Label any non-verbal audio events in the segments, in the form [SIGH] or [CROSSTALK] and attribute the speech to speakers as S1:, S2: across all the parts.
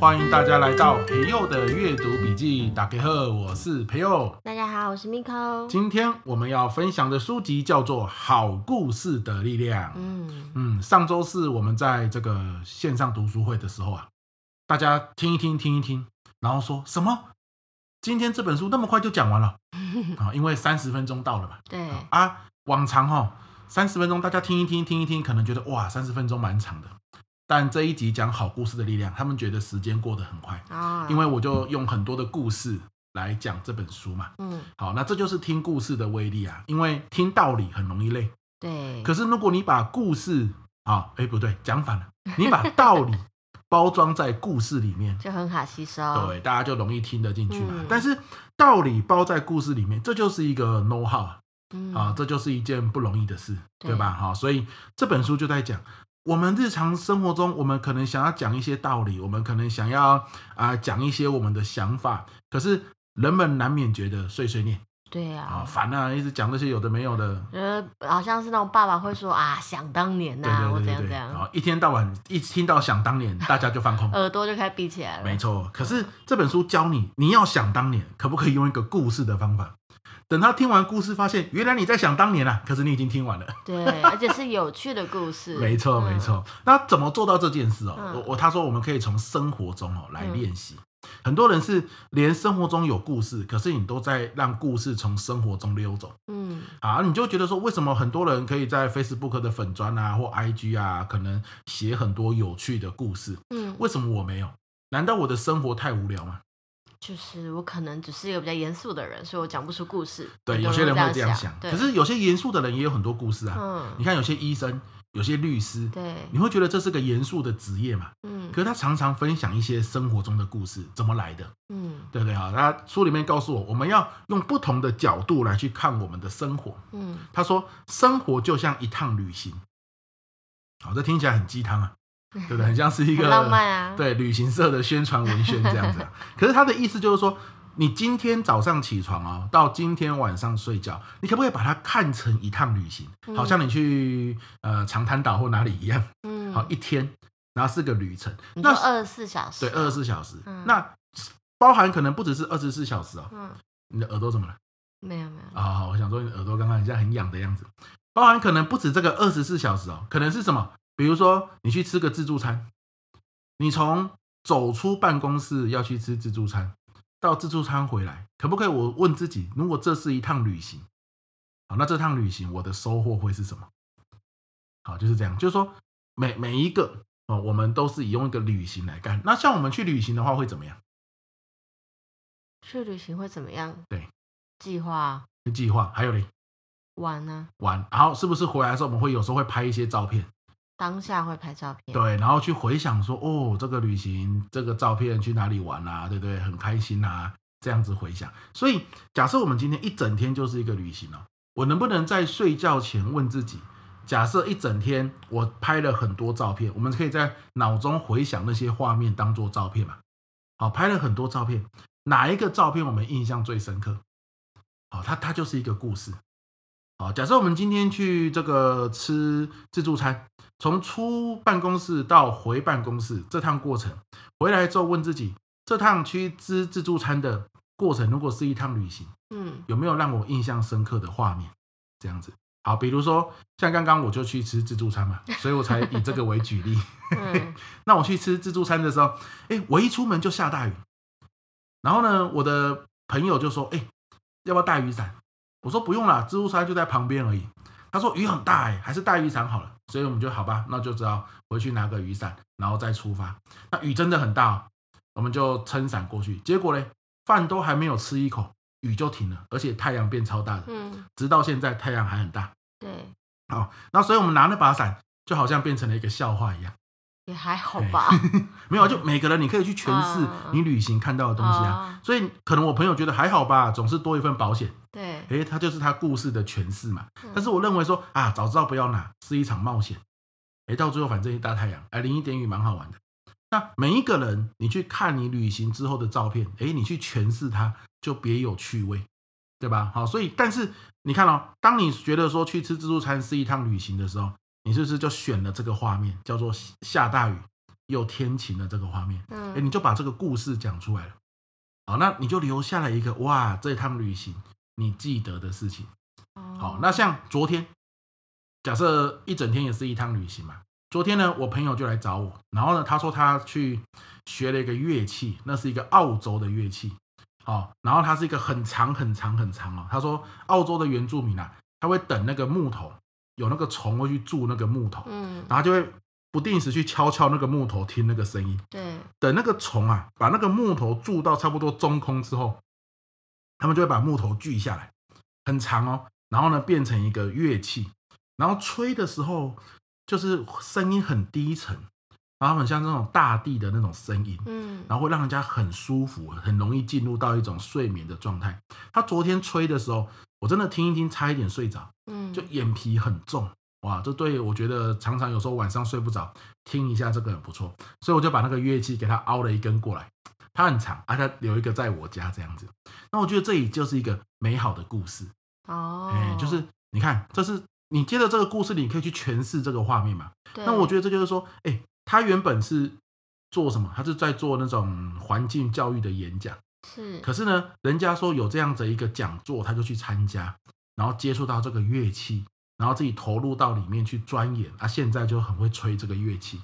S1: 欢迎大家来到培佑的阅读笔记。打给贺，我是培佑。
S2: 大家好，我是 Miko。
S1: 今天我们要分享的书籍叫做《好故事的力量》。
S2: 嗯，
S1: 嗯，上周四我们在这个线上读书会的时候啊，大家听一听，听一听，然后说什么？今天这本书那么快就讲完了啊？因为三十分钟到了嘛。
S2: 对，
S1: 啊，往常哈、哦，三十分钟大家听一听，听一听，可能觉得哇，三十分钟蛮长的。但这一集讲好故事的力量，他们觉得时间过得很快，
S2: 啊，
S1: 因为我就用很多的故事来讲这本书嘛。
S2: 嗯，
S1: 好，那这就是听故事的威力啊，因为听道理很容易累，
S2: 对，
S1: 可是如果你把故事啊，哎、不对，讲反了，你把道理包装在故事里
S2: [LAUGHS]
S1: 面，
S2: 就很好吸收。
S1: 对，大家就容易听得进去嘛。
S2: 啊嗯
S1: 但是道理包在故事里面，这就是一个 know how 啊。
S2: 嗯
S1: 啊，这就是一件不容易的事，
S2: 对
S1: 对吧？哈、所以这本书就在讲，我们日常生活中，我们可能想要讲一些道理，我们可能想要啊、讲一些我们的想法，可是人们难免觉得碎碎念
S2: 对
S1: 啊，
S2: 啊，
S1: 烦啊，一直讲这些有的没有的，
S2: 呃，好像是那种爸爸会说啊，想当年
S1: 对
S2: 呐，
S1: 对
S2: 我
S1: 对对
S2: 怎样
S1: 对，
S2: 怎
S1: 然
S2: 样，呃
S1: 后一天到晚一听到想当年，大家就
S2: [LAUGHS]
S1: 放空。
S2: 耳朵就开始闭起来了。
S1: 没错，可是这本书教你，你要想当年，可不可以用一个故事的方法？等他听完故事，发现原来你在想当年啊，可是你已经听完了。
S2: 对，而且是有趣的故事。
S1: 没错，
S2: 嗯
S1: 没。错。那怎么做到这件事哦？
S2: 嗯
S1: 我我他说我们可以从生活中哦来练习。很多人是连生活中有故事，可是你都在让故事从生活中溜走
S2: 嗯，
S1: 啊，你就觉得说为什么很多人可以在 Facebook 的粉砖啊或 IG 啊，可能写很多有趣的故事，
S2: 嗯，
S1: 为什么我没有？难道我的生活太无聊吗？
S2: 就是我可能只是一个比较严肃的人，所以我讲不出故事。
S1: 对，
S2: 很
S1: 有
S2: 多
S1: 些人会
S2: 这
S1: 这样
S2: 想
S1: 想。。
S2: 对
S1: 可，是有些严肃的人也有很多故事啊。
S2: 嗯
S1: 你，看，有些医生，有些律师，
S2: 对，
S1: 你会觉得这是个严肃的职业嘛？
S2: 嗯
S1: 可是他常常分享一些生活中的故事，怎么来的，
S2: 嗯
S1: 对不对啊？他书里面告诉我，我们要用不同的角度来去看我们的生活。
S2: 嗯，
S1: 他说，生活就像一趟旅行。好、这听起来很鸡汤啊，对
S2: [LAUGHS]
S1: 不对？很像是一个
S2: 很浪漫啊。
S1: 对旅行社的宣传文宣这样
S2: [LAUGHS]
S1: 子、啊。可是他的意思就是说，你今天早上起床哦，到今天晚上睡觉，你可不可以把它看成一趟旅行？好像你去呃长滩岛或哪里一样，
S2: 嗯，
S1: 好、一天，然后是个旅程。
S2: 你说
S1: 那
S2: 二十四小时
S1: 对，
S2: 啊。
S1: 二十四小时。
S2: 嗯
S1: 那包含可能不只是二十四小时哦。
S2: 嗯，
S1: 你的耳朵怎么了？
S2: 没有没有。
S1: 啊、我想说你的耳朵刚刚好像很痒的样子。包含可能不止这个二十四小时哦，可能是什么？比如说你去吃个自助餐，你从走出办公室要去吃自助餐，到自助餐回来，可不可以？我问自己，如果这是一趟旅行，好，那这趟旅行我的收获会是什么？好，就是这样，就是说每每一个哦，我们都是以用一个旅行来干。那像我们去旅行的话，会怎么样？
S2: 去旅行会怎么样？
S1: 对，
S2: 计划
S1: 去计划，还有嘞，
S2: 玩呢、
S1: 玩，然后是不是回来的时候，我们会有时候会拍一些照片，
S2: 当下会拍照片。，
S1: 对，然后去回想说，哦，这个旅行，这个照片去哪里玩啊，对不对？很开心啊，这样子回想。所以，假设我们今天一整天就是一个旅行哦，我能不能在睡觉前问自己，假设一整天我拍了很多照片，我们可以在脑中回想那些画面当做照片嘛？好，拍了很多照片，哪一个照片我们印象最深刻？好，它它就是一个故事。好，假设我们今天去这个吃自助餐，从出办公室到回办公室这趟过程，回来之后问自己，这趟去吃自助餐的过程，如果是一趟旅行， [LAUGHS]
S2: 嗯
S1: 有没有让我印象深刻的画面？这样子，好，比如说像刚刚我就去吃自助餐嘛，所以我才以这个为举例。
S2: 嗯
S1: 那我去吃自助餐的时候，哎，我一出门就下大雨，然后呢，我的朋友就说，哎，要不要带雨伞？我说不用啦，自助餐就在旁边而已。他说雨很大哎、还是带雨伞好了。所以我们就好吧，那就只好回去拿个雨伞，然后再出发。那雨真的很大、哦，我们就撑伞过去。结果嘞，饭都还没有吃一口，雨就停了，而且太阳变超大的，
S2: 嗯，
S1: 直到现在太阳还很大。
S2: 对，
S1: 好，那所以我们拿那把伞，就好像变成了一个笑话一样。
S2: 也还好
S1: 对
S2: 吧。
S1: 没有，就每个人你可以去诠释
S2: 嗯
S1: 你旅行看到 [LAUGHS] 的东西啊。
S2: 啊，
S1: 所以可能我朋友觉得还好吧，总是多一份保险。
S2: 哦对，
S1: 诶，他就是他故事的诠释嘛
S2: 嗯。
S1: 哎但是我认为说啊，早知道不要拿，是一场冒险。诶，到最后反正一大太阳，哎，淋一点雨蛮好玩的。那每一个人，你去看你旅行之后的照片，诶，你去诠释它，就别有趣味，对吧？好，所以但是你看哦，当你觉得说去吃自助餐是一趟旅行的时候，你是不是就选了这个画面，叫做下大雨，又天晴的这个画面，哎，
S2: 嗯
S1: 你就把这个故事讲出来了。好，那你就留下了一个哇，这趟旅行你记得的事情。
S2: 哦嗯
S1: 好，那像昨天，假设一整天也是一趟旅行嘛。昨天呢，我朋友就来找我，然后呢，他说他去学了一个乐器，那是一个澳洲的乐器。好、然后它是一个很长很长很长哦。他说澳洲的原住民啊，他会等那个木头有那个虫会去蛀那个木头，
S2: 嗯，
S1: 然后就会不定时去敲敲那个木头，听那个声音。
S2: 对，
S1: 等那个虫啊，把那个木头蛀到差不多中空之后，他们就会把木头锯下来，很长哦，然后呢变成一个乐器，然后吹的时候就是声音很低沉，然后很像那种大地的那种声音，
S2: 嗯，
S1: 然后会让人家很舒服，很容易进入到一种睡眠的状态。他昨天吹的时候，我真的听一听，差一点睡着。
S2: 嗯，
S1: 就眼皮很重，哇，这对我觉得常常有时候晚上睡不着，听一下这个很不错，所以我就把那个乐器给它凹了一根过来，它很长啊，它留一个在我家这样子。那我觉得这里就是一个美好的故事，
S2: 哦，
S1: 哎、就是你看，这是你接着这个故事，你可以去诠释这个画面嘛。
S2: 对，
S1: 那我觉得这就是说，哎、他原本是做什么？他是在做那种环境教育的演讲。
S2: 是，
S1: 可是呢，人家说有这样子一个讲座，他就去参加，然后接触到这个乐器，然后自己投入到里面去钻研啊，现在就很会吹这个乐器。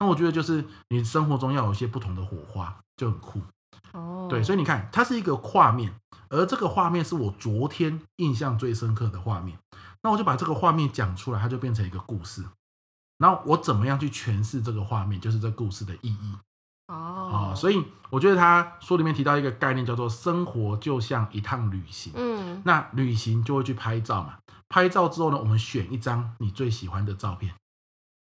S1: 那我觉得就是你生活中要有一些不同的火花，就很酷。
S2: 哦，
S1: 对，所以你看，它是一个画面，而这个画面是我昨天印象最深刻的画面。那我就把这个画面讲出来，它就变成一个故事。然后我怎么样去诠释这个画面，就是这故事的意义。
S2: 哦
S1: 啊、，所以我觉得他书里面提到一个概念叫做“生活就像一趟旅行”
S2: 嗯，
S1: 那旅行就会去拍照嘛，拍照之后呢，我们选一张你最喜欢的照片。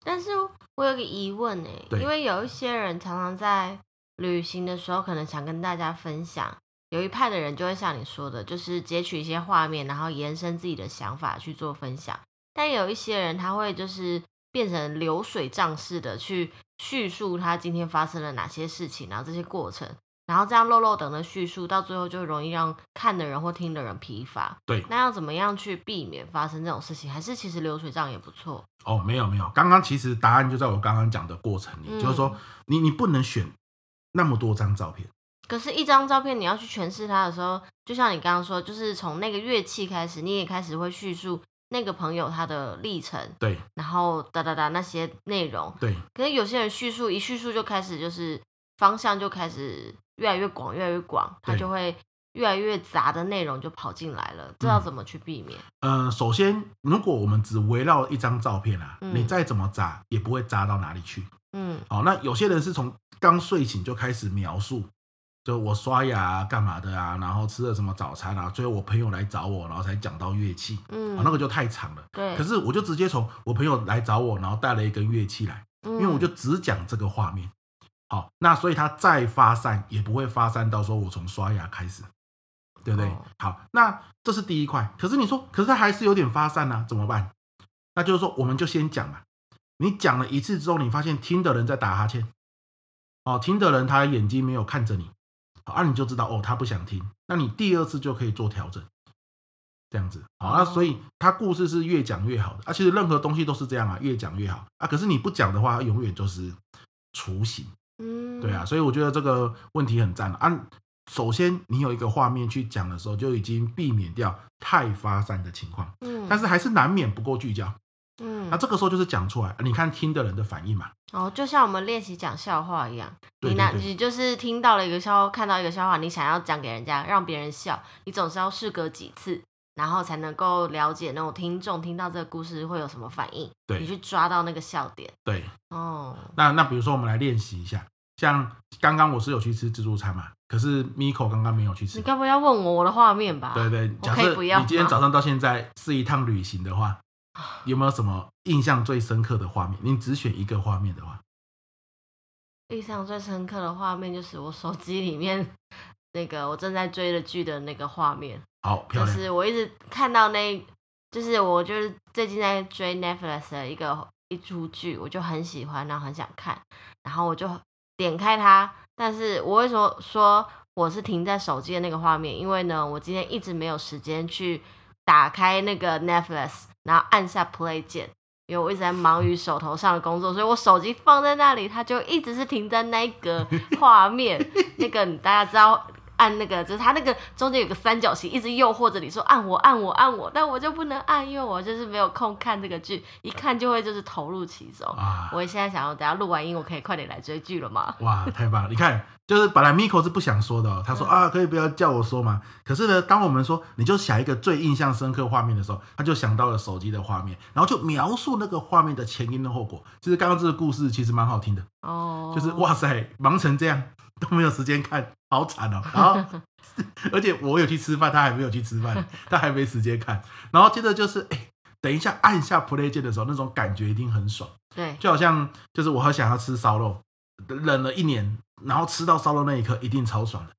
S2: 但是我有个疑问呢，
S1: 对
S2: 因为有一些人常常在旅行的时候，可能想跟大家分享。有一派的人就会像你说的，就是截取一些画面，然后延伸自己的想法去做分享。但有一些人他会就是变成流水账式的去叙述他今天发生了哪些事情，然后这些过程，然后这样漏漏等的叙述，到最后就容易让看的人或听的人疲乏。
S1: 对
S2: 那要怎么样去避免发生这种事情？还是其实流水账也不错。
S1: 哦，没有没有，刚刚其实答案就在我刚刚讲的过程里，
S2: 嗯
S1: 就是说你你不能选那么多张照片。
S2: 可是，一张照片你要去诠释它的时候，就像你刚刚说，就是从那个乐器开始，你也开始会叙述那个朋友他的历程，
S1: 对
S2: 然后哒哒哒那些内容。
S1: 对
S2: 可是有些人叙述一叙述就开始就是方向就开始越来越广，越来越广，他
S1: 对嗯
S2: 就会越来越杂的内容就跑进来了，这要怎么去避免？
S1: 呃，首先，如果我们只围绕一张照片啊，
S2: 嗯
S1: 你再怎么扎也不会扎到哪里去。
S2: 嗯
S1: 好、那有些人是从刚睡醒就开始描述，就我刷牙、啊、干嘛的啊，然后吃了什么早餐啊，最后我朋友来找我，然后才讲到乐器，
S2: 嗯，
S1: 啊、那个就太长了。
S2: 对，
S1: 可是我就直接从我朋友来找我，然后带了一根乐器来，
S2: 因
S1: 因为我就只讲这个画面。好，那所以它再发散也不会发散到说我从刷牙开始，对不对？
S2: 哦
S1: 好，那这是第一块。可是你说，可是它还是有点发散呢、怎么办？那就是说，我们就先讲嘛。你讲了一次之后，你发现听的人在打哈欠，哦，听的人他眼睛没有看着你，好，啊，你就知道哦，他不想听。那你第二次就可以做调整，这样子。好，那
S2: 哦
S1: 所以他故事是越讲越好的。啊，其实任何东西都是这样啊，越讲越好啊。可是你不讲的话，永远就是雏形。
S2: 嗯
S1: 对啊，，所以我觉得这个问题很赞了啊。首先，你有一个画面去讲的时候，就已经避免掉太发散的情况，
S2: 嗯，
S1: 但是还是难免不够聚焦。
S2: 嗯
S1: 那，这个时候就是讲出来，啊你看听的人的反应嘛。
S2: 哦，就像我们练习讲笑话一样，
S1: 对
S2: 你
S1: 对
S2: 拿
S1: 对
S2: 你就是听到了一个笑话，看到一个笑话，你想要讲给人家，让别人笑，你总是要事隔几次，然后才能够了解那种听众听到这个故事会有什么反应，
S1: 对
S2: 你去抓到那个笑点。
S1: 对，
S2: 哦，
S1: 那那比如说我们来练习一下，像刚刚我是有去吃自助餐嘛，可是 Miko 刚刚没有去吃
S2: 你。该不会要问我我的画面吧？
S1: 对对，
S2: 我
S1: 假
S2: 可以
S1: 设
S2: 不要
S1: 你今天
S2: 吗啊
S1: 早上到现在是一趟旅行的话，有没有什么印象最深刻的画面？你只选一个画面的话，
S2: 印象最深刻的画面就是我手机里面那个我正在追的剧的那个画面，
S1: 好漂
S2: 就
S1: 亮。
S2: 是我一直看到那，就是我就是最近在追 Netflix 的一个一出剧，我就很喜欢，然后很想看，然后我就点开它，但是我为什么说我是停在手机的那个画面？因为呢，我今天一直没有时间去打开那个 Netflix，然后按下 Play 键，因为我一直在忙于手头上的工作，所以我手机放在那里，它就一直是停在那一个画面。那个你大家知道，按那个就是它那个中间有个三角形，一直诱惑着你说按我按我按我，但我就不能按，因为我就是没有空看这个剧，一看就会就是投入其中。
S1: 啊，
S2: 我现在想要等下录完音，我可以快点来追剧了嘛？
S1: 哇，太棒了！你看，就是本来 Miko 是不想说的、哦，他说、
S2: 嗯
S1: 啊，可以不要叫我说嘛。可是呢，当我们说你就想一个最印象深刻画面的时候，他就想到了手机的画面，然后就描述那个画面的前因的后果。其实刚刚这个故事其实蛮好听的，
S2: 哦，
S1: 就是哇塞，忙成这样 [LAUGHS] 都没有时间看，好惨哦。然后，而且我有去吃饭，他还没有去吃饭，他还没时间看。然后接着就是，哎、等一下按下 play 键的时候，那种感觉一定很爽。
S2: 对，
S1: 就好像就是我很想要吃烧肉，忍了一年，然后吃到烧肉那一刻，一定超爽的，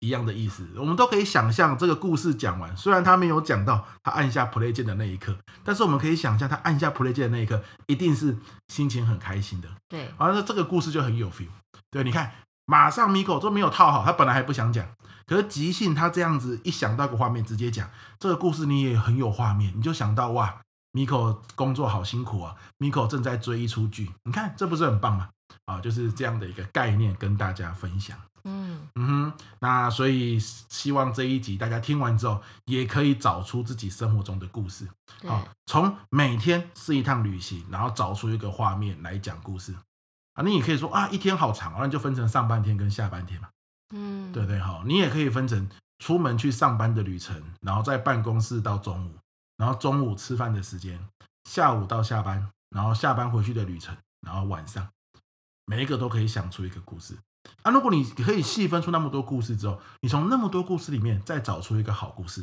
S1: 一样的意思。我们都可以想象这个故事讲完，虽然他没有讲到他按下 play 键的那一刻，但是我们可以想象他按下 play 键的那一刻，一定是心情很开心的。
S2: 对，
S1: 好像这个故事就很有 feel。对，你看，马上 Miko 都没有套好，他本来还不想讲，可是即兴他这样子一想到个画面，直接讲这个故事，你也很有画面，你就想到哇，Miko 工作好辛苦啊，Miko 正在追一出剧，你看这不是很棒吗？啊，就是这样的一个概念跟大家分享。
S2: 嗯，
S1: 嗯哼，那所以希望这一集大家听完之后，也可以找出自己生活中的故事。
S2: 对，
S1: 好，从每天是一趟旅行，然后找出一个画面来讲故事。啊，你也可以说啊，一天好长哦，那你就分成上半天跟下半天嘛，
S2: 嗯，
S1: 对不对哈、你也可以分成出门去上班的旅程，然后在办公室到中午，然后中午吃饭的时间，下午到下班，然后下班回去的旅程，然后晚上，每一个都可以想出一个故事。啊，如果你可以细分出那么多故事之后，你从那么多故事里面再找出一个好故事，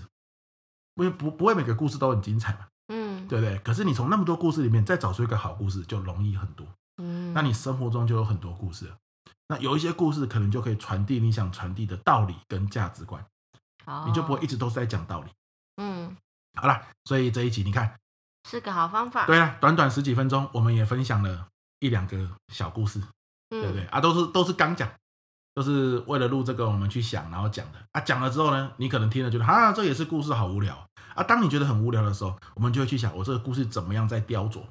S1: 因为不不会每个故事都很精彩嘛。
S2: 嗯，
S1: 对不对？可是你从那么多故事里面再找出一个好故事，就容易很多。
S2: 嗯，
S1: 那你生活中就有很多故事了。那有一些故事可能就可以传递你想传递的道理跟价值观，你就不会
S2: 一，
S1: 一直都是在讲道理。
S2: 嗯，
S1: 好啦，所以这一集你看，
S2: 是个好方法，，
S1: 对啊，短短十几分钟，我们也分享了一两个小故事，
S2: 嗯、
S1: 对不对？？啊，都是都是刚讲，都是为了录这个我们去想，然后讲的。啊，讲了之后呢，你可能听了觉得啊，这也是故事，好无聊啊啊。当你觉得很无聊的时候，我们就会去想，我这个故事怎么样再雕琢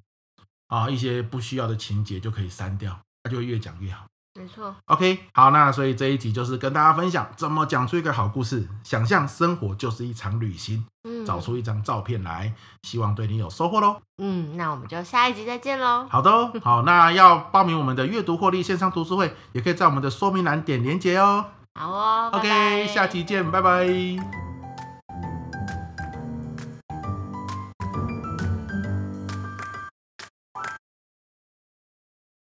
S1: 啊，一些不需要的情节就可以删掉，它就会越讲越好。
S2: 没错，
S1: OK，好，那所以这一集就是跟大家分享怎么讲出一个好故事。想象生活就是一场旅行，
S2: 嗯，
S1: 找出一张照片来，希望对你有收获喽。
S2: 嗯，那我们就下一集再见喽。
S1: 好的哦，好，那要报名我们的阅读获利线上读书会，也可以在我们的说明栏点连结哦。
S2: 好哦
S1: OK，
S2: 拜拜
S1: 下期见，拜拜。